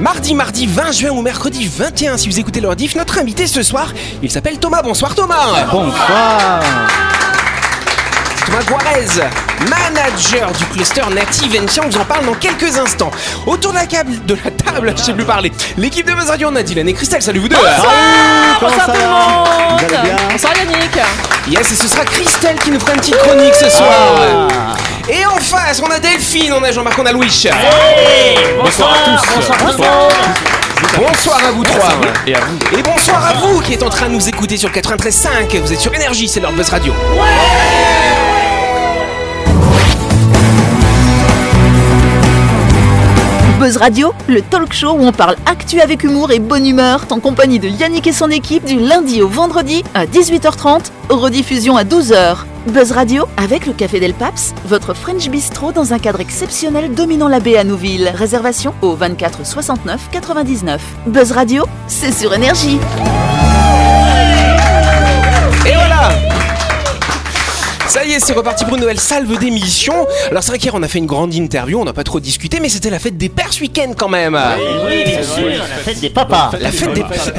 Mardi, mardi 20 juin ou mercredi 21, si vous écoutez leur diff, notre invité ce soir, il s'appelle Thomas. Bonsoir Thomas Bonsoir Thomas Guarez, manager du cluster Native Science, on vous en parle dans quelques instants. Autour de la, câble, de la table, je sais plus parler, l'équipe de Buzz Radio, on a Dylan et Christelle, salut vous deux Salut, comment Bonsoir ça tout le va monde Vous allez bien Bonsoir Yannick Yes, et ce sera Christelle qui nous fera une petite chronique ce soir Et en face, on a Delphine, on a Jean-Marc, on a Louis Bonsoir à tous. Bonsoir à vous trois Et bonsoir à vous qui êtes en train de nous écouter sur 93.5, vous êtes sur Énergie, c'est leur Buzz Radio Buzz Radio, le talk show où on parle actu avec humour et bonne humeur, en compagnie de Yannick et son équipe du lundi au vendredi à 18h30, rediffusion à 12h. Buzz Radio avec le Café Del Paps, votre French Bistro dans un cadre exceptionnel dominant la baie à Nouville. Réservation au 24 69 99. Buzz Radio, c'est sur énergie. Et voilà ça y est, c'est reparti pour une nouvelle salve d'émission. Alors c'est vrai qu'hier on a fait une grande interview, on n'a pas trop discuté, mais c'était la fête des pères ce week-end quand même. Oui, bien sûr, la fête des papas La fête des pères.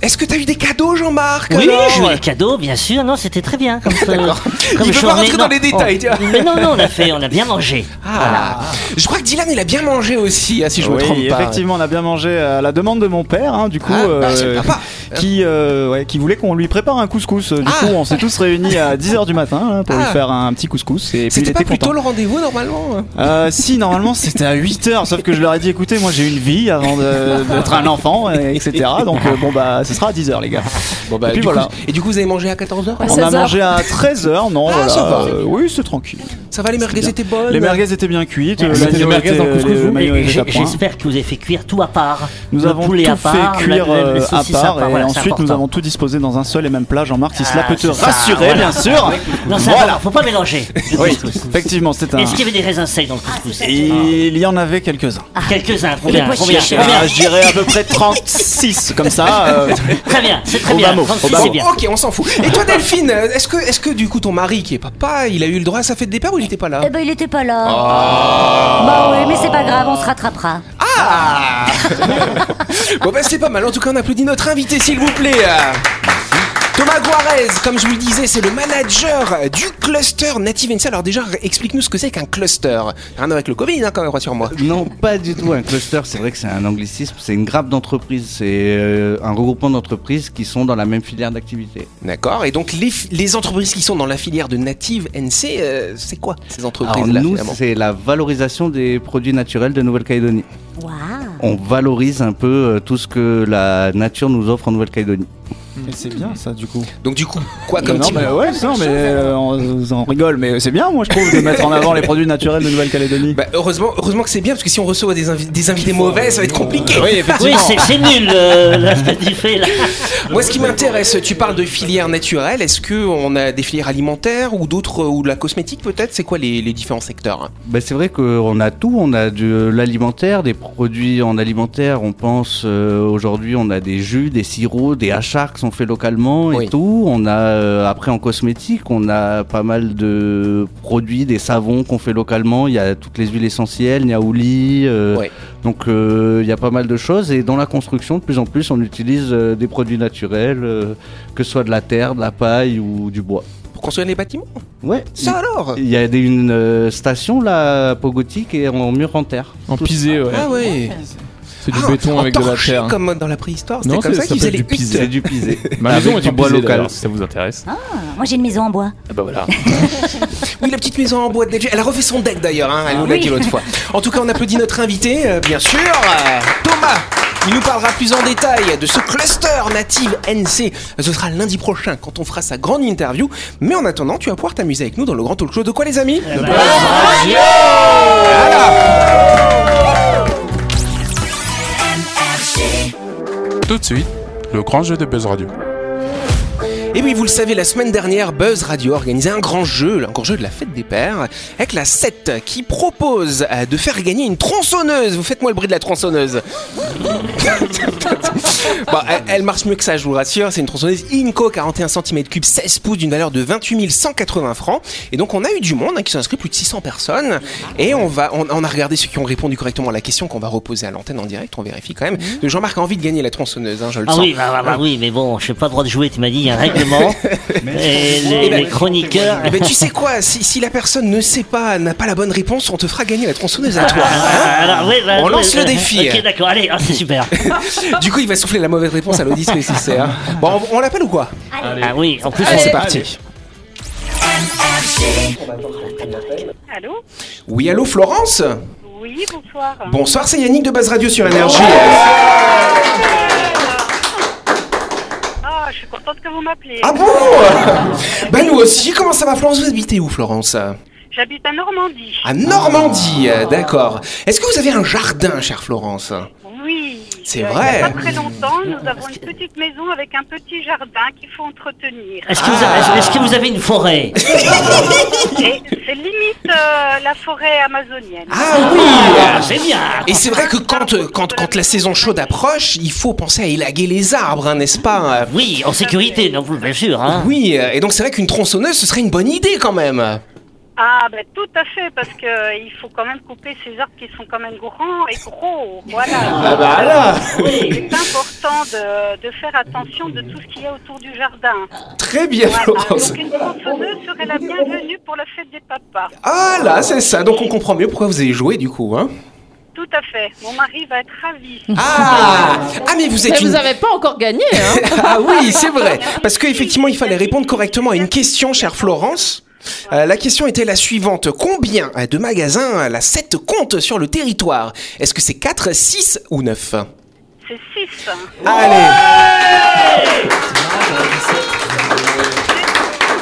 Est-ce que t'as eu des cadeaux, Jean-Marc Oui, alors j'ai eu les cadeaux, bien sûr. Non, c'était très bien. Comme ça, comme Il veut pas journée. rentrer dans Non, les détails, on- tu vois. Mais non, non, on a fait, on a bien mangé. Ah. Je crois que Dylan il a bien mangé aussi, ah, si je me oui, trompe pas. effectivement, on a bien mangé à la demande de mon père, hein, du coup, Ah, bah, c'est euh, papa. qui, euh, ouais, qui voulait qu'on lui prépare un couscous. Du Ah. coup, on s'est tous réunis à 10h du matin hein, pour Ah. lui faire un petit couscous. Et puis il C'était pas était plutôt content. le rendez-vous normalement hein. Euh, si, normalement, c'était à 8h, sauf que je leur ai dit écoutez, moi j'ai une vie avant de- d'être un enfant, et- etc. Donc, euh, bon, bah, ce sera à 10h, les gars. Bon bah, et puis du voilà. coup- et du coup vous avez mangé à 14h on À a 16h. mangé à 13h, non, Ah, Euh, bah, voilà, ça va. euh, oui, c'est tranquille. Ça va les merguez bien. étaient bonnes Les merguez étaient bien cuites, euh, c'était des l'agneau merguez était- dans le couscous, le vous maillot Et était à j'ai- point. J'espère que vous avez fait cuire tout à part. Nous Le avons tout poulet à part, fait cuire la- la- les euh, à saucisses part et voilà, c'est ensuite nous important. avons tout disposé dans un seul et même plat. Jean-Marc, si Ah, cela peut te c'est ça, rassurer, voilà. bien sûr. Non, ça, voilà. non, faut pas mélanger. le Oui, couscous. effectivement, c'est un. Est-ce qu'il y avait des raisins secs dans le couscous Il y en avait quelques-uns. Ah, Quelques-uns, combien, combien, combien Ah, je dirais à peu près 36 comme ça. euh, Très bien, c'est très Au bien. bas mot, 36, au bas c'est mot. bien. Ok, on s'en fout. Et toi, Delphine, euh, est-ce que, est-ce que du coup ton mari qui est papa, il a eu le droit à sa fête des pères ou il était pas là Eh ben, il était pas là. Bah oui, mais c'est pas grave, on se rattrapera. Ah Bon bah c'est pas mal, en tout cas on applaudit notre invité s'il vous plaît Thomas Guarez, comme je vous le disais, c'est le manager du cluster Native NC. Alors déjà, explique-nous ce que c'est qu'un cluster. Rien avec le Covid, hein, quand même, rassure-moi. Non, pas du tout. Un cluster, c'est vrai que c'est un anglicisme, c'est une grappe d'entreprises, c'est euh, un regroupement d'entreprises qui sont dans la même filière d'activité. D'accord. Et donc, les, fi- les entreprises qui sont dans la filière de Native NC, euh, c'est quoi ces Alors entreprises-là nous, finalement c'est la valorisation des produits naturels de Nouvelle-Calédonie. Waouh. On valorise un peu euh, tout ce que la nature nous offre en Nouvelle-Calédonie. Mais c'est bien ça du coup. Donc du coup, quoi comme non type mais ouais, non mais euh, on, on rigole, mais c'est bien moi je trouve de mettre en avant les produits naturels de Nouvelle-Calédonie. Bah, heureusement, heureusement que c'est bien parce que si on reçoit des, invi- des invités mauvais, ça va être compliqué. Oui, c'est- c'est nul euh, là, ce que tu fais là. Moi, ce qui m'intéresse, tu parles de filières naturelles. Est-ce que on a des filières alimentaires ou d'autres euh, ou de la cosmétique peut-être C'est quoi les, les différents secteurs hein, Ben, c'est vrai qu'on a tout, on a de l'alimentaire, des produits en alimentaire, on pense euh, aujourd'hui on a des jus, des sirops, des hachars qui sont faits localement et Oui. tout, on a euh, après en cosmétique, on a pas mal de produits, des savons qu'on fait localement, il y a toutes les huiles essentielles, niaouli, euh, Ouais. donc euh, il y a pas mal de choses et dans la construction de plus en plus on utilise euh, des produits naturels, euh, que ce soit de la terre, de la paille ou du bois. pour construire les bâtiments Ouais, Ça alors il y a des- une euh, station là, à Pogotique et en mur en terre. En pisé, ouais. Ah ouais. Ah, C'est Ah du béton avec de la terre. comme dans la préhistoire. C'était Non, comme c'est- ça qu'ils ça faisaient peut les être du huttes. pisé. du pisé. Ma Avec maison est du en bois pisé, local. Ah, d'ailleurs, si ça vous intéresse. Moi j'ai une maison en bois. Ah bah voilà. Oui, la petite maison en bois de Delphine. Elle a refait son deck d'ailleurs, hein, elle nous l'a dit l'autre fois. En tout cas, on applaudit notre invité, euh, bien sûr, euh, Thomas. Il nous parlera plus en détail de ce cluster native NC. Ce sera lundi prochain quand on fera sa grande interview. Mais en attendant, tu vas pouvoir t'amuser avec nous dans le grand talk show de quoi, les amis Tout de suite, le grand jeu de Buzz Radio. Et oui, vous le savez, la semaine dernière, Buzz Radio a organisé un grand jeu, un grand jeu de la fête des pères, avec la 7 qui propose euh, de faire gagner une tronçonneuse. Vous faites-moi le bruit de la tronçonneuse. Bon, elle, elle marche mieux que ça, je vous rassure. C'est une tronçonneuse Inco 41 cm3, 16 pouces, d'une valeur de 28 180 francs. Et donc, on a eu du monde hein, qui s'est inscrit, plus de 600 personnes. Et on, va, on, on a regardé ceux qui ont répondu correctement à la question qu'on va reposer à l'antenne en direct. On vérifie quand même. Jean-Marc a envie de gagner la tronçonneuse, hein, je le Mmh. Ah sens. oui, bah, bah, bah oui, mais bon, je n'ai pas le droit de jouer, tu m'as dit, il y a un règlement. et les, les chroniqueurs. Eh ben, tu sais quoi, si, si la personne ne sait pas, n'a pas la bonne réponse, on te fera gagner la tronçonneuse à toi. Ah, alors, oui, bah, On oui, lance le oui. défi. Ok, d'accord, allez, ah, c'est super. Du coup, il va souffler la mauvaise réponse à l'auditeur si c'est. hein. Bon, on, on l'appelle ou quoi Ah oui, en plus, Bon, c'est on- parti. Allô Oui, allô, Florence Oui, bonsoir. Bonsoir, c'est Yannick de Base Radio sur Énergie. Ah, je suis contente que vous m'appelez. Ah bon Bah nous aussi, comment ça va Florence Vous habitez où Florence J'habite en Normandie. À Normandie, d'accord. Est-ce que vous avez un jardin, chère Florence Oui. C'est Euh, vrai. Il n'y a pas très longtemps, nous avons une petite maison avec un petit jardin qu'il faut entretenir. Est-ce que, vous Ah. avez- est-ce que vous avez une forêt Et c'est limite euh, la forêt amazonienne. Ah oui Ah, C'est bien. Et c'est vrai que quand, euh, quand, quand la saison chaude approche, il faut penser à élaguer les arbres, hein, n'est-ce pas euh, Oui, en sécurité, non, bien sûr. Hein. Oui, euh, et donc c'est vrai qu'une tronçonneuse, ce serait une bonne idée quand même. Ah, ben tout à fait, parce que euh, il faut quand même couper ces arbres qui sont quand même grands et gros. Voilà. Ah bah là C'est important de, de faire attention de tout ce qu'il y a autour du jardin. Très bien Voilà. Florence. Donc une tronçonneuse serait la bienvenue pour la fête des papas. Ah là, c'est ça. Donc on comprend mieux pourquoi vous avez joué du coup. Hein. Tout à fait. Mon mari va être ravi. Ah Ah mais vous êtes Mais vous une... n'avez pas encore gagné, hein Ah oui, c'est vrai. Parce qu'effectivement, il fallait répondre correctement à une question, chère Florence. Euh, la question était la suivante. Combien euh, de magasins euh, la 7 compte sur le territoire Est-ce que c'est 4, 6 ou 9 C'est 6. Allez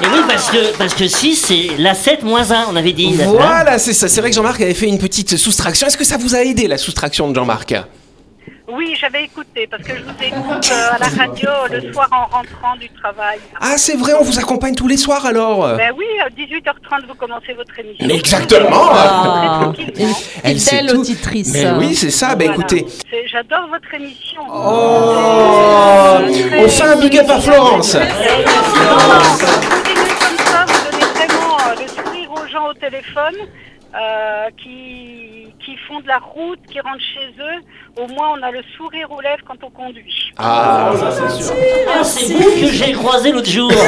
Et oui, parce que, parce que 6, c'est la 7 moins 1, on avait dit. Hein Voilà, c'est ça. C'est vrai que Jean-Marc avait fait une petite soustraction. Est-ce que ça vous a aidé, la soustraction de Jean-Marc Oui, j'avais écouté parce que je vous écoute euh, à la radio le soir en rentrant du travail. Ah, c'est vrai, on vous accompagne tous les soirs alors Ben oui, à 18h30, vous commencez votre émission. Mais exactement Ah, Très Une tranquillement. Elle une sait belle tout. auditrice. Mais oui, c'est ça. Bah Voilà. Oh, écoutez. C'est- J'adore votre émission. Oh On fait un big up à Florence Ah. Continuez comme ça, vous donnez vraiment euh, le sourire aux gens au téléphone euh, qui, qui font de la route, qui rentrent chez eux. Au moins, on a le sourire aux lèvres quand on conduit. Ah Ah, c'est vous que j'ai croisé l'autre jour.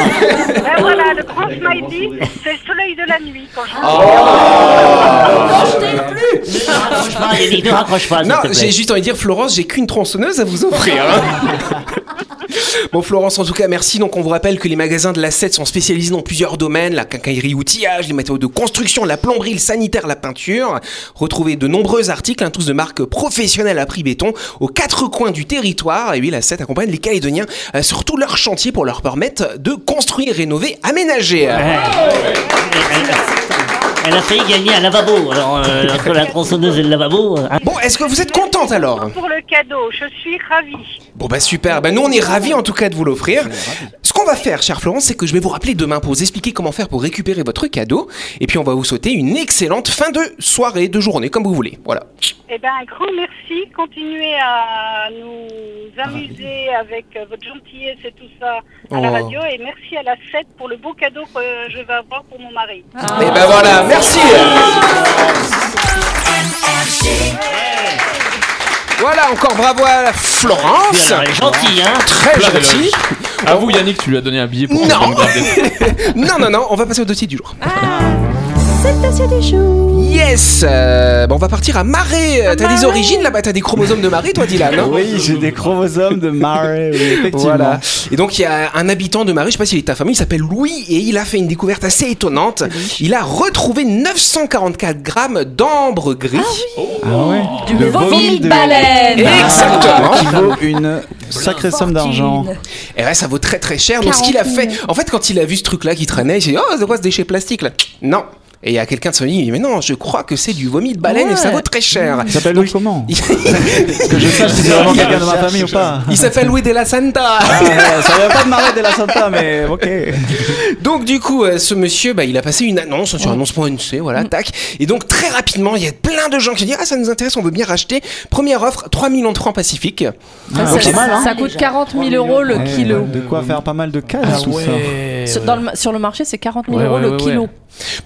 Ben voilà, le grand smiley, c'est le soleil de la nuit quand je Ah. ne raccroche pas, Ah, Yannick, ne raccroche pas. Ah, s'il Non, te plaît. j'ai juste envie de dire, Florence, j'ai qu'une tronçonneuse à vous offrir. hein. bon, Florence, en tout cas, merci. Donc, on vous rappelle que les magasins de la 7 sont spécialisés dans plusieurs domaines la quincaillerie, outillage, les matériaux de construction, la plomberie, le sanitaire, la peinture. Retrouvez de nombreux articles, hein, tous de marques professionnelles à prix béton, aux quatre coins du territoire. Et oui, la 7 accompagne les Calédoniens euh, sur tout leur chantier pour leur permettre de construire, rénover, aménager. Eh. Elle a failli gagner un lavabo. Alors, euh, entre la tronçonneuse et le lavabo. Ah, euh, hein. Bon, est-ce que vous êtes contente alors pour le cadeau. Je suis ravie. Bon bah super, bah nous on est ravis en tout cas de vous l'offrir. Ce qu'on va faire, chère Florence, c'est que je vais vous rappeler demain pour vous expliquer comment faire pour récupérer votre cadeau. Et puis on va vous souhaiter une excellente fin de soirée, de journée, comme vous voulez. Voilà. Eh ben, un grand merci. Continuez à nous amuser avec euh, votre gentillesse et tout ça à la Oh. radio. Et merci à la 7 pour le beau cadeau que je vais avoir pour mon mari. Ah. Et ben voilà, merci Voilà, encore bravo à Puis Florence alors, Elle est gentille, hein. Très Plein gentille d'éloges. À Ah, vous, Yannick, tu lui as donné un billet pour Non. prendre une bière. Non, non, non, on va passer au dossier du jour. Citation du jour. Yes euh, bah On va partir à Marais Euh, T'as des origines là-bas, t'as des chromosomes de Marais toi Dylan hein non Oui, j'ai des chromosomes de Murray, oui, effectivement. Voilà. Et donc il y a un habitant de Marais, je sais pas s'il est de ta famille, il s'appelle Louis et il a fait une découverte assez étonnante. Il a retrouvé 944 grammes d'ambre gris. Ah ouais. Du De vomi vomi de- de baleine. Bah, Exactement. Qui vaut une sacrée somme d'argent. Et ouais, ça vaut très très cher. Donc ce qu'il a fait, en fait, quand il a vu ce truc là qui traînait, il s'est dit Oh, c'est quoi ce déchet plastique là Non. Et il y a quelqu'un de sa famille qui dit Mais non, je crois que c'est du vomi de baleine et ça Ouais. vaut très cher. Il s'appelle Louis comment que Je sais pas si c'est vraiment quelqu'un de ma famille ou pas. Il s'appelle Louis de la Santa. Ah, ouais, ça vient pas de m'arrêter de la Santa, mais ok. Donc du coup, euh, ce monsieur, bah, il a passé une annonce sur annonce.nc, voilà, tac. Et donc très rapidement, il y a plein de gens qui disent ah ça nous intéresse, on veut bien racheter. Première offre, 3 millions de francs Pacifique. Ça, donc ça- c'est mal, hein. ça coûte 40 000 euros Oh, le Ouais, kilo. De quoi faire pas mal de Ah, Ah, cases, tout ça. Sur, dans le ma- sur le marché, c'est 40 000 Ouais, euros ouais, le ouais, kilo. ouais.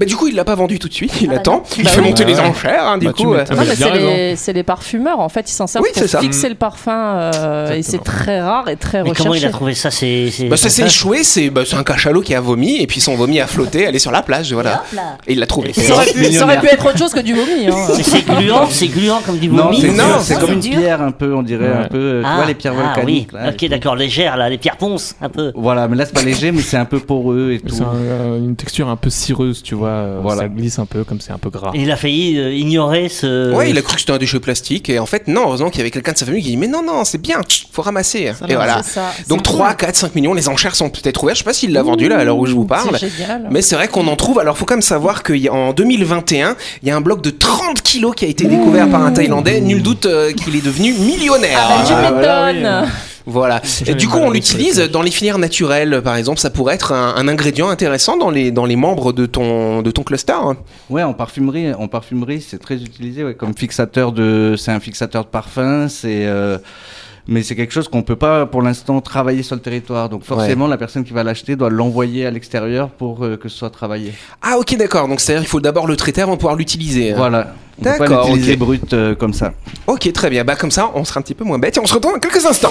Bah du coup, il l'a pas vendu tout de suite, il Ah, bah attend, non. il Bah fait oui. monter Bah les ouais. enchères, hein, du Bah, tu coup. euh, m'étonnes. Non, Ah, mais mais bien c'est raison. les, c'est les parfumeurs, en fait, ils s'en servent Oui, pour c'est ça. fixer le parfum euh, et c'est très rare et très Mais comment il recherché. a trouvé ça C'est c'est- bah ça s'est c'est- échoué, c'est bah, c'est un cachalot qui a vomi et puis son vomi a flotté, elle est sur la plage, voilà. Hop là. Et il l'a trouvé. Et Ça aurait, pu, ça aurait Millionnaire. pu être autre chose que du vomi. Hein. Mais c'est gluant, c'est gluant comme du Non, vomi. c'est Non, dur, c'est c'est comme dur. une pierre un peu, on dirait un Ouais. peu. euh, Tu Ah, vois les pierres ah, volcaniques oui. là, et ok, tout. d'accord, légère là, les pierres ponces, un peu. Voilà, mais là c'est pas léger, mais c'est un peu poreux et tout. C'est un, euh, une texture un peu cireuse, tu vois. euh, Voilà. Ça glisse un peu, comme c'est un peu gras. Et Il a failli euh, ignorer ce. Ouais, il a cru que c'était un déchet plastique et en fait non, heureusement qu'il y avait quelqu'un de sa famille qui dit mais non non, c'est bien, faut ramasser. et voilà. C'est ça, Donc c'est 3, 4, 5 millions, les enchères sont peut-être ouvertes, je sais pas s'il l'a vendu là à l'heure où je vous cool. parle. C'est génial. Mais c'est vrai qu'on en trouve. Alors, faut quand même savoir qu'en 2021, il y a un bloc de 30 kilos qui a été découvert par un Thaïlandais. Nul doute euh, qu'il est devenu millionnaire. Ah, tu Euh, m'étonnes. voilà. Et du coup, on l'utilise dans les filières naturelles, par exemple. Ça pourrait être un, un ingrédient intéressant dans les, dans les membres de ton, de ton cluster. hein. Ouais, en parfumerie, en parfumerie, c'est très utilisé ouais, comme fixateur de, c'est un fixateur de parfum, c'est, euh, mais c'est quelque chose qu'on peut pas pour l'instant travailler sur le territoire. Donc forcément, la personne qui va l'acheter doit l'envoyer à l'extérieur pour euh, que ce soit travaillé. Ah, ok, d'accord. Donc, c'est-à-dire qu'il faut d'abord le traiter avant de pouvoir l'utiliser. hein. Voilà. On peut pas D'accord, l'utiliser ok. brut euh, comme ça. Ok, très bien. Bah, comme ça, on sera un petit peu moins bête. Et on se retrouve dans quelques instants.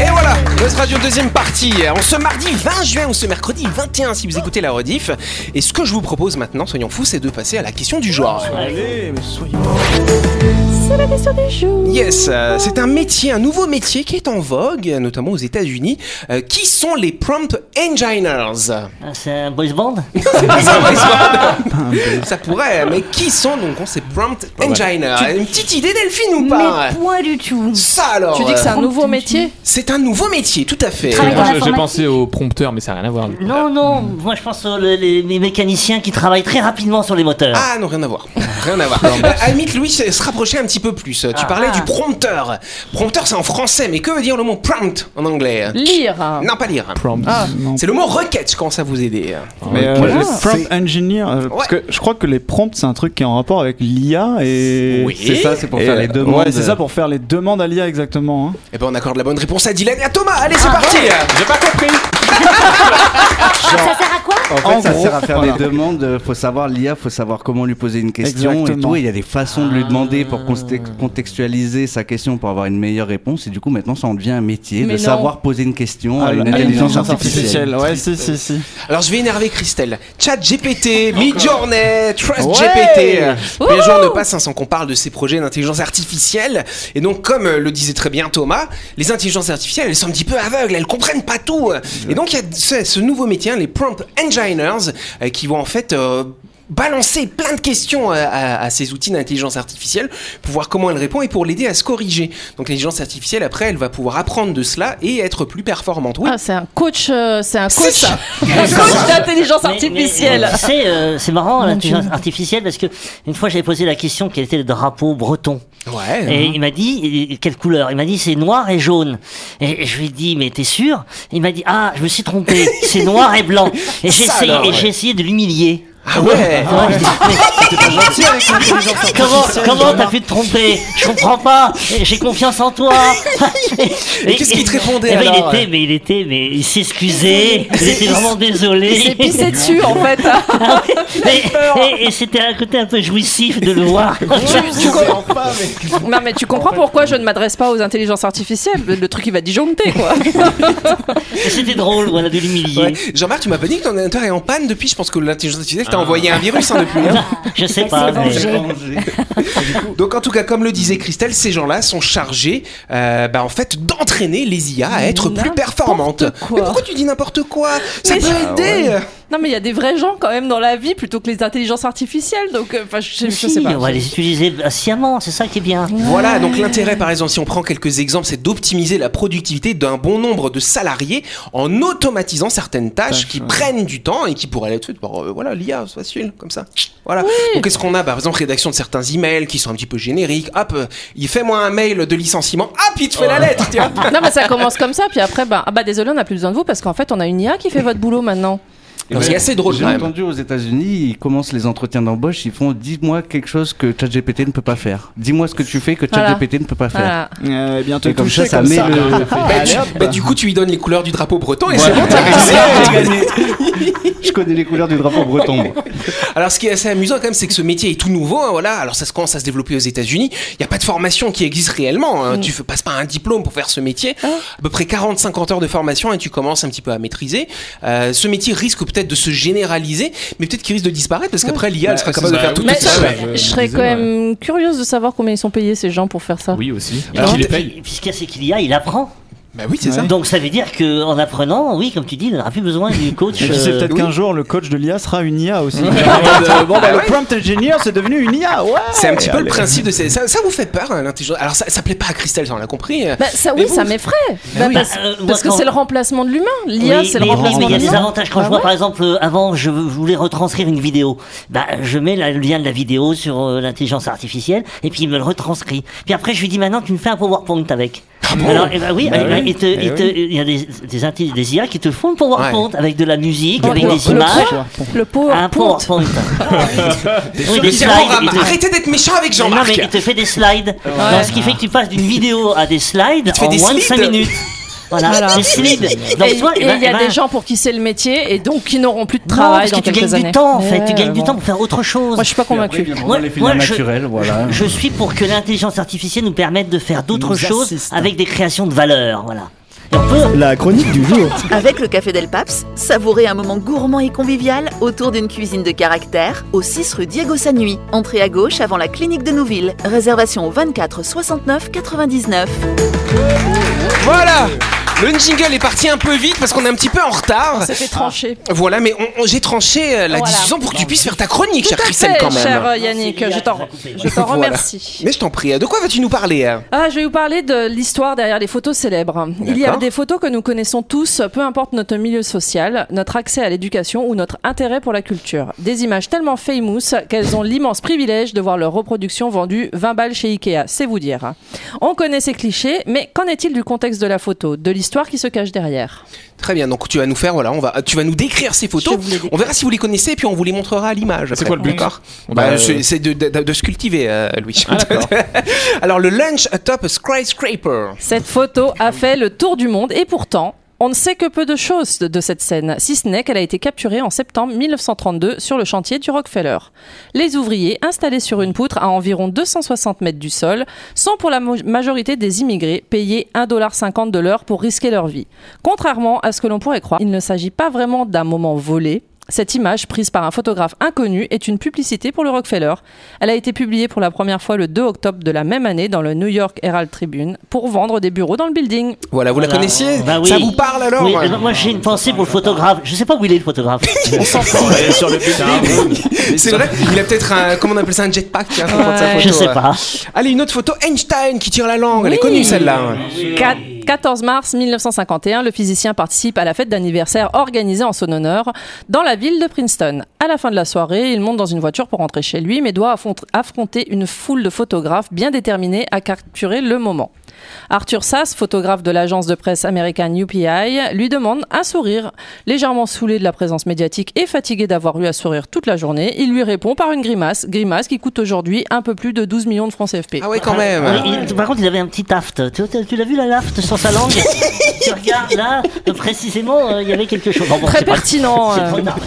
Et voilà, Buzz Radio deuxième partie. En ce mardi 20 juin ou ce mercredi 21 si vous écoutez la rediff. Et ce que je vous propose maintenant, soyons fous, c'est de passer à la question du genre. C'est la question du jour. Yes, euh, c'est un métier, un nouveau métier qui est en vogue, notamment aux États-Unis. Euh, qui sont les prompt engineers Ah, C'est un boys band Ça pourrait, mais qui sont donc on sait prompt engineers Une petite idée Delphine ou pas Mais point du tout. Ça alors Tu dis que c'est euh, un nouveau métier c'est un nouveau métier, tout à fait. Travail Moi, dans j'ai- j'ai l'informatique. pensé au prompteur, mais ça n'a rien à voir. du coup. Non, non, moi je pense aux les, les- les mécaniciens qui travaillent très rapidement sur les moteurs. Ah non, rien à voir. Rien à voir. Euh, à la limite, Louis, se se rapprocher un petit peu plus. Tu parlais du prompteur. Prompteur, c'est en français, mais que veut dire le mot prompt en anglais Lire. Non, pas lire. Prompt. Ah, Non. C'est le mot requête, je commence à vous aider. Mais euh, Moi, le c'est- prompt engineer, euh, parce que je crois que les prompts c'est un truc qui est en rapport avec l'IA et. Oui. C'est ça, c'est pour Et, faire les euh, demandes. Ouais, c'est ça pour faire les demandes à l'IA exactement. hein. Et ben, on accorde la bonne réponse à Dylan et à Thomas. Allez, c'est parti. J'ai pas compris. Ça sert à quoi En fait, En ça gros, sert à faire voilà. des demandes. euh, Faut savoir l'IA, faut savoir comment lui poser une question et Exactement. tout. Et il y a des façons de lui demander pour context- contextualiser sa question pour avoir une meilleure réponse. Et du coup, maintenant, ça en devient un métier Mais de non. savoir poser une question à Ah, une la- intelligence artificielle. Ouais, si, si, si. Alors, je vais énerver Christelle. Chat GPT, Midjourney, Trust Ouais. GPT. Euh, Puis les jours ne passent hein, sans qu'on parle de ces projets d'intelligence artificielle. Et donc, comme euh, le disait très bien Thomas, les intelligences artificielles, elles sont un petit peu aveugles, elles comprennent pas tout. Et donc, il y a ce, ce nouveau métier, hein, les prompt engineers, euh, qui vont en fait euh, balancer plein de questions à, à- à ces outils d'intelligence artificielle pour voir comment elle répond et pour l'aider à se corriger. Donc, l'intelligence artificielle, après, elle va pouvoir apprendre de cela et être plus performante. Oui, Ah, c'est un coach, euh, c'est un C'est coach, ça. un coach d'intelligence Mais- mais- artificielle. mais tu sais, euh, c'est marrant l'intelligence artificielle parce que une fois j'avais posé la question quel était le drapeau breton ouais. et il m'a dit et- et quelle couleur il m'a dit c'est noir et jaune et je lui ai dit mais t'es sûr il m'a dit ah je me suis trompé c'est noir et blanc et j'ai Ça essayé alors, et ouais. j'ai essayé de l'humilier Ah ouais Comment comment t'as pu te tromper Je comprends pas. J'ai confiance en toi. Et qu'est-ce qu'il te répondait, Eh ben, alors Il était, mais il était, mais il s'excusait. Il était vraiment désolé. Il s'est pissé dessus, en fait. Ah oui, mais- et et c'était un côté un peu jouissif de le voir. Non mais tu comprends pourquoi je ne m'adresse pas aux intelligences artificielles, le, le truc il va disjoncter quoi. C'était drôle, voilà, de l'humilier. Jean-Marc, tu m'as pas dit que ton ordinateur est en panne depuis. Je pense que l'intelligence artificielle Ah. t'a envoyé un virus hein, depuis. hein. Je sais pas. mais- Donc en tout cas, comme le disait Christelle, ces gens-là sont chargés, euh, bah, en fait, d'entraîner les IA à être plus performantes. Mais pourquoi tu dis n'importe quoi Ça Mais peut c'est- aider. Non mais il y a des vrais gens quand même dans la vie plutôt que les intelligences artificielles donc euh, enfin je, je Si, sais pas. on va les utiliser sciemment, c'est ça qui est bien. Voilà, donc l'intérêt, par exemple, si on prend quelques exemples, c'est d'optimiser la productivité d'un bon nombre de salariés en automatisant certaines tâches qui prennent du temps et qui pourraient être faites par, euh, voilà, l'IA, c'est facile, comme ça. Voilà. Donc qu'est-ce qu'on a Par exemple, rédaction de certains emails qui sont un petit peu génériques. Hop, euh, il fait moi un mail de licenciement. Hop, il te fait la lettre, tiens. non mais ça commence comme ça puis après bah, ah bah désolé on n'a plus besoin de vous parce qu'en fait on a une IA qui fait votre boulot maintenant. Non, c'est assez drôle, J'ai quand même. entendu aux États-Unis, ils commencent les entretiens d'embauche, ils font dis-moi quelque chose que ChatGPT ne peut pas faire. Dis-moi ce que tu fais que Voilà. ChatGPT ne peut pas faire. Euh, bientôt Et comme ça, ça met le. Bah, tu- bah, du coup, tu lui donnes les couleurs du drapeau breton et Voilà. c'est bon, t'as réussi. Je connais les couleurs du drapeau breton. moi. Alors, ce qui est assez amusant quand même, c'est que ce métier est tout nouveau. hein, voilà. Alors, ça se commence à se développer aux États-Unis. Il n'y a pas de formation qui existe réellement. hein. Tu ne passes pas un diplôme pour faire ce métier. À peu près 40-50 heures de formation et tu commences un petit peu à maîtriser. Euh, ce métier risque peut-être de se généraliser, mais peut-être qu'il risque de disparaître parce qu'après, l'IA, elle sera Bah, capable de c'est faire ça, tout, Mais tout seul. je, je serais quand même curieuse de savoir combien ils sont payés ces gens pour faire ça. Oui, aussi. Alors, Qui les et- paye et puis ce qu'il y a, c'est qu'il y a, il apprend. Bah oui, c'est ça. Donc ça veut dire qu'en apprenant, oui, comme tu dis, il n'aura plus besoin du coach. Et puis c'est euh, peut-être oui. qu'un jour le coach de l'IA sera une IA aussi. Euh, bon, bah, le prompt engineer c'est devenu une IA. Ouais. C'est un petit peu le Allez. principe de ces... ça, ça vous fait peur hein, l'intelligence. Alors ça, ça plaît pas à Christelle, ça on l'a compris. Bah, ça, Mais oui, vous- ça m'effraie. Bah, oui. parce Bah, euh, moi, parce que quand- c'est le remplacement de l'humain. L'IA, Bah Oui, c'est le mais- oui, mais remplacement il y a de des l'humain. avantages. Quand je vois, par exemple, euh, avant, je voulais retranscrire une vidéo. Bah, je mets la- le lien de la vidéo sur euh, l'intelligence artificielle et puis il me le retranscrit. Puis après, je lui dis maintenant, tu me fais un PowerPoint avec. Ah Alors, eh ben oui, Bah eh ben, il te- il te- il y a des, des, intelli- des IA qui te font le PowerPoint avec de la musique, avec des le, images. quoi le PowerPoint. Un PowerPint. Oui, Des des slides. programmes. il te- Arrêtez d'être méchant avec Mais Non, Jean-Marc. mais il te fait des slides. Alors, ce qui fait que tu passes d'une vidéo à des slides te fait en des moins de slides. 5 minutes. Voilà, Voilà. des slides. Donc, Et toi, eh et ben, il y eh a ben, des gens pour qui c'est le métier et donc qui n'auront plus de non, travail parce que dans tu quelques gagnes années. du temps en fait, tu Ouais, gagnes du bon. temps pour faire autre chose. Moi, je suis pas convaincue. Moi- les films moi, je- naturels, voilà. Je suis pour que l'intelligence artificielle nous permette de faire d'autres Nous choses assiste. avec des créations de valeur, voilà. Et on peut- La chronique du jour. Avec le Café Del Paps, savourez un moment gourmand et convivial autour d'une cuisine de caractère au 6 rue Diego Sanui. Entrée à gauche avant la clinique de Nouville. Réservation au 24 69 99. Voilà Le jingle est parti un peu vite parce qu'on est un petit peu en retard. Ça fait trancher. Voilà, mais on- on- j'ai tranché euh, la Voilà. discussion pour que tu puisses faire ta chronique, Tout chère à Christelle, fait, quand même. cher euh, Non, Yannick, c'est je Yann t'en qui l'a coupé. je t'en Voilà. remercie. Mais je t'en prie, de quoi vas-tu nous parler hein Ah, je vais vous parler de l'histoire derrière les photos célèbres. Il y a D'accord. des photos que nous connaissons tous, peu importe notre milieu social, notre accès à l'éducation ou notre intérêt pour la culture. Des images tellement famous qu'elles ont l'immense privilège de voir leur reproduction vendue 20 balles chez Ikea, c'est vous dire. On connaît ces clichés, mais qu'en est-il du contexte de la photo, de l'histoire qui se cache derrière Très bien, donc tu vas nous faire, voilà, on va, tu vas nous décrire ces photos. Je vous les décris. On verra si vous les connaissez, et puis on vous les montrera à l'image. après. quoi le Ah, but D'accord On Bah, va- euh, C'est c'est de, de- de se cultiver, euh, Louis. Alors, le lunch atop a skyscraper. Cette photo a fait le tour du monde et pourtant, on ne sait que peu de choses de, de cette scène, si ce n'est qu'elle a été capturée en septembre 1932 sur le chantier du Rockefeller. Les ouvriers, installés sur une poutre à environ 260 mètres du sol, sont pour la mo- majorité des immigrés payés 1,50$ de l'heure pour risquer leur vie. Contrairement à ce que l'on pourrait croire, il ne s'agit pas vraiment d'un moment volé. Cette image, prise par un photographe inconnu, est une publicité pour le Rockefeller. Elle a été publiée pour la première fois le 2 octobre de la même année dans le New York Herald Tribune pour vendre des bureaux dans le building. Voilà, vous la Voilà. connaissiez Bah oui. Ça vous parle alors Oui, euh, Moi j'ai une pensée pour le photographe. Je sais pas où il est le photographe. sur le C'est vrai Il a peut-être un, comment on appelle ça, un jetpack tiens, pour prendre sa photo, Je sais ouais. pas. Allez, une autre photo, Einstein qui tire la langue. Elle est connue celle-là. hein. Quat- 14 mars 1951, le physicien participe à la fête d'anniversaire organisée en son honneur dans la ville de Princeton. À la fin de la soirée, il monte dans une voiture pour rentrer chez lui, mais doit affron- affronter une foule de photographes bien déterminés à capturer le moment. Arthur Sass, photographe de l'agence de presse américaine UPI, lui demande un sourire. Légèrement saoulé de la présence médiatique et fatigué d'avoir eu à sourire toute la journée, il lui répond par une grimace, grimace qui coûte aujourd'hui un peu plus de 12 millions de francs CFP. Ah ouais, quand même. Oui, il- par contre, il avait un petit aft. Tu, tu- tu l'as vu la laft sur sa langue Tu regardes là, euh, précisément, euh, il y avait quelque chose. Bon, bon, Très c'est pas- pertinent, c'est euh. trop tard.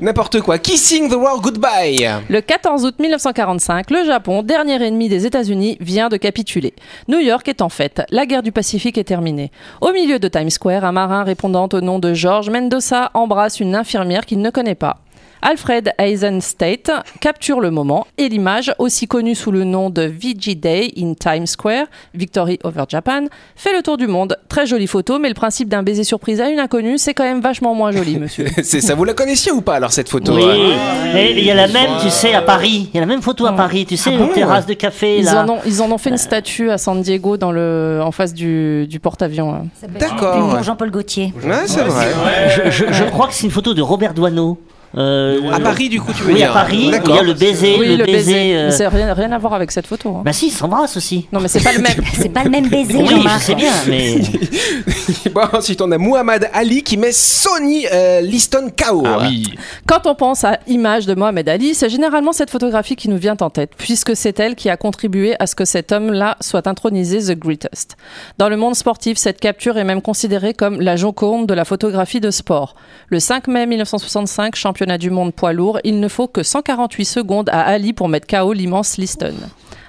N'importe quoi. Kissing the world goodbye. Le 14 août 1945, le Japon, dernier ennemi des États-Unis, vient de capituler. New York est en fête. La guerre du Pacifique est terminée. Au milieu de Times Square, un marin répondant au nom de George Mendoza embrasse une infirmière qu'il ne connaît pas. Alfred Eisenstadt capture le moment et l'image, aussi connue sous le nom de VG Day in Times Square, Victory over Japan, fait le tour du monde. Très jolie photo, mais le principe d'un baiser surprise à une inconnue, c'est quand même vachement moins joli, monsieur. C'est ça, vous la connaissiez ou pas alors cette photo hein Oui, Ouais. et il y a la même, tu sais, à Paris. Il y a la même photo à Paris, tu sais, Ah bon aux terrasses de café. Ils là. euh, en, ont, ils en ont fait une statue à San Diego dans le, en face du, du porte-avions. hein. là. D'accord. Pour Jean-Paul Gaultier. Ouais, c'est vrai. Ah Je, je- je crois que c'est une photo de Robert Doisneau. Euh, À le- Paris, hein. du coup, tu veux oui, dire à Paris, où il y a le baiser, Oui, le, baiser. euh, Mais Ça n'a rien, rien à voir avec cette photo. hein. Bah si, ils s'embrassent aussi. Non, mais c'est pas le même. C'est pas le même baiser, Oui, je Jean-Marc. sais bien, mais Bon, ensuite, on a Muhammad Ali qui met Sony euh, Liston KO. Ah oui. Quand on pense à image de Mohamed Ali, c'est généralement cette photographie qui nous vient en tête, puisque c'est elle qui a contribué à ce que cet homme-là soit intronisé The Greatest. Dans le monde sportif, cette capture est même considérée comme la joconde de la photographie de sport. Le 5 mai 1965, championnat du monde poids lourd, il ne faut que 148 secondes à Ali pour mettre KO l'immense Liston.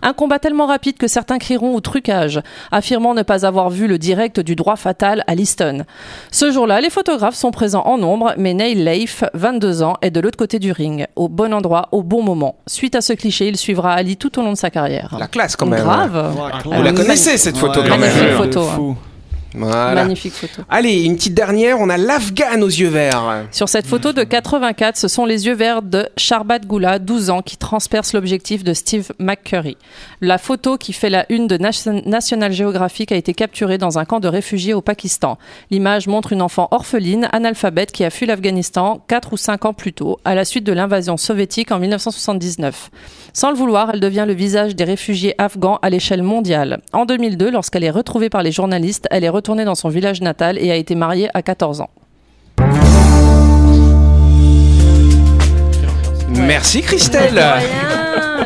Un combat tellement rapide que certains crieront au trucage, affirmant ne pas avoir vu le direct du droit fatal à Liston. Ce jour-là, les photographes sont présents en nombre, mais Neil Leif, 22 ans, est de l'autre côté du ring, au bon endroit, au bon moment. Suite à ce cliché, il suivra Ali tout au long de sa carrière. La classe quand même. Grave. Vous la connaissez cette photo quand Magnifique même. photo. hein. Voilà. Magnifique photo. Allez, une petite dernière, on a l'Afghan aux yeux verts. Sur cette photo de 84, ce sont les yeux verts de Sharbat Goula, 12 ans, qui transperce l'objectif de Steve McCurry. La photo qui fait la une de Nas- National Geographic a été capturée dans un camp de réfugiés au Pakistan. L'image montre une enfant orpheline, analphabète, qui a fui l'Afghanistan 4 ou 5 ans plus tôt, à la suite de l'invasion soviétique en 1979. Sans le vouloir, elle devient le visage des réfugiés afghans à l'échelle mondiale. En 2002, lorsqu'elle est retrouvée par les journalistes, elle est retournée dans son village natal et a été mariée à 14 ans. Merci Christelle. Rien,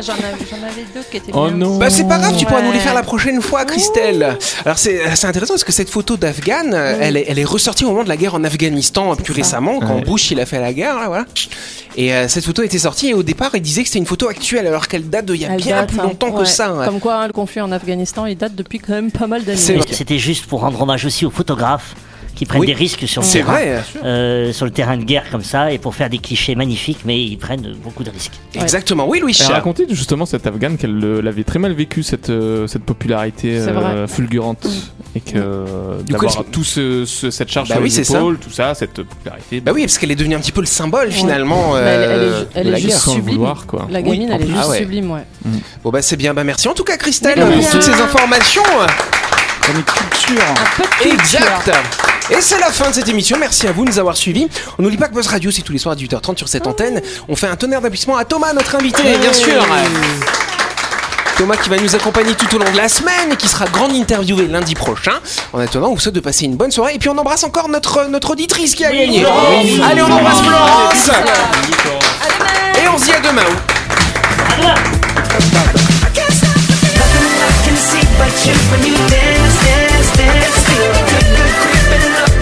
j'en avais, j'en avais deux qui étaient Oh bien non. aussi. Bah c'est pas grave, tu pourras Ouais. nous les faire la prochaine fois, Christelle. Alors c'est c'est intéressant parce que cette photo d'Afghan, euh, elle, est- elle est ressortie au moment de la guerre en Afghanistan plus récemment, quand Ouais. Bush il a fait la guerre, là, voilà. Et euh, cette photo était sortie et au départ il disait que c'était une photo actuelle alors qu'elle date d'il y a Elle bien date, plus hein. longtemps que Ouais. ça. hein. Comme quoi, hein, le conflit en Afghanistan, il date depuis quand même pas mal d'années. C'est mais vrai. c'était juste pour rendre hommage aussi aux photographes qui prennent Oui. des risques sur le, C'est terrain, vrai. euh, sur le terrain de guerre comme ça et pour faire des clichés magnifiques, mais ils prennent beaucoup de risques. Exactement, oui Louis. Elle racontait justement cette Afghane qu'elle euh, l'avait très mal vécu cette, euh, cette popularité C'est euh, vrai. Mm. fulgurante et que euh, Du coup, d'avoir elle se- tout ce, ce- cette charge Bah sur oui, les c'est ça. épaules, tout ça, cette popularité. Bah oui parce qu'elle est devenue un petit peu le symbole finalement. euh, Bah, elle- elle est ju- elle de est la juste guerre. sans le sublime. vouloir quoi. La gamine, en elle est plus. juste Ah ouais. sublime, ouais. Bon bah c'est bien, bah merci en tout cas Christelle Mais de pour rien. toutes ces informations. Comme une culture. Exact. Et c'est la fin de cette émission. Merci à vous de nous avoir suivis. On n'oublie pas que Buzz Radio, c'est tous les soirs à 18h30 sur cette antenne. On fait un tonnerre d'applaudissements à Thomas, notre invité, bien sûr. Thomas qui va nous accompagner tout au long de la semaine et qui sera grande interviewé lundi prochain. En attendant, on vous souhaite de passer une bonne soirée. Et puis on embrasse encore notre, notre auditrice qui a gagné. Allez, on embrasse Florence. Et on se dit à demain.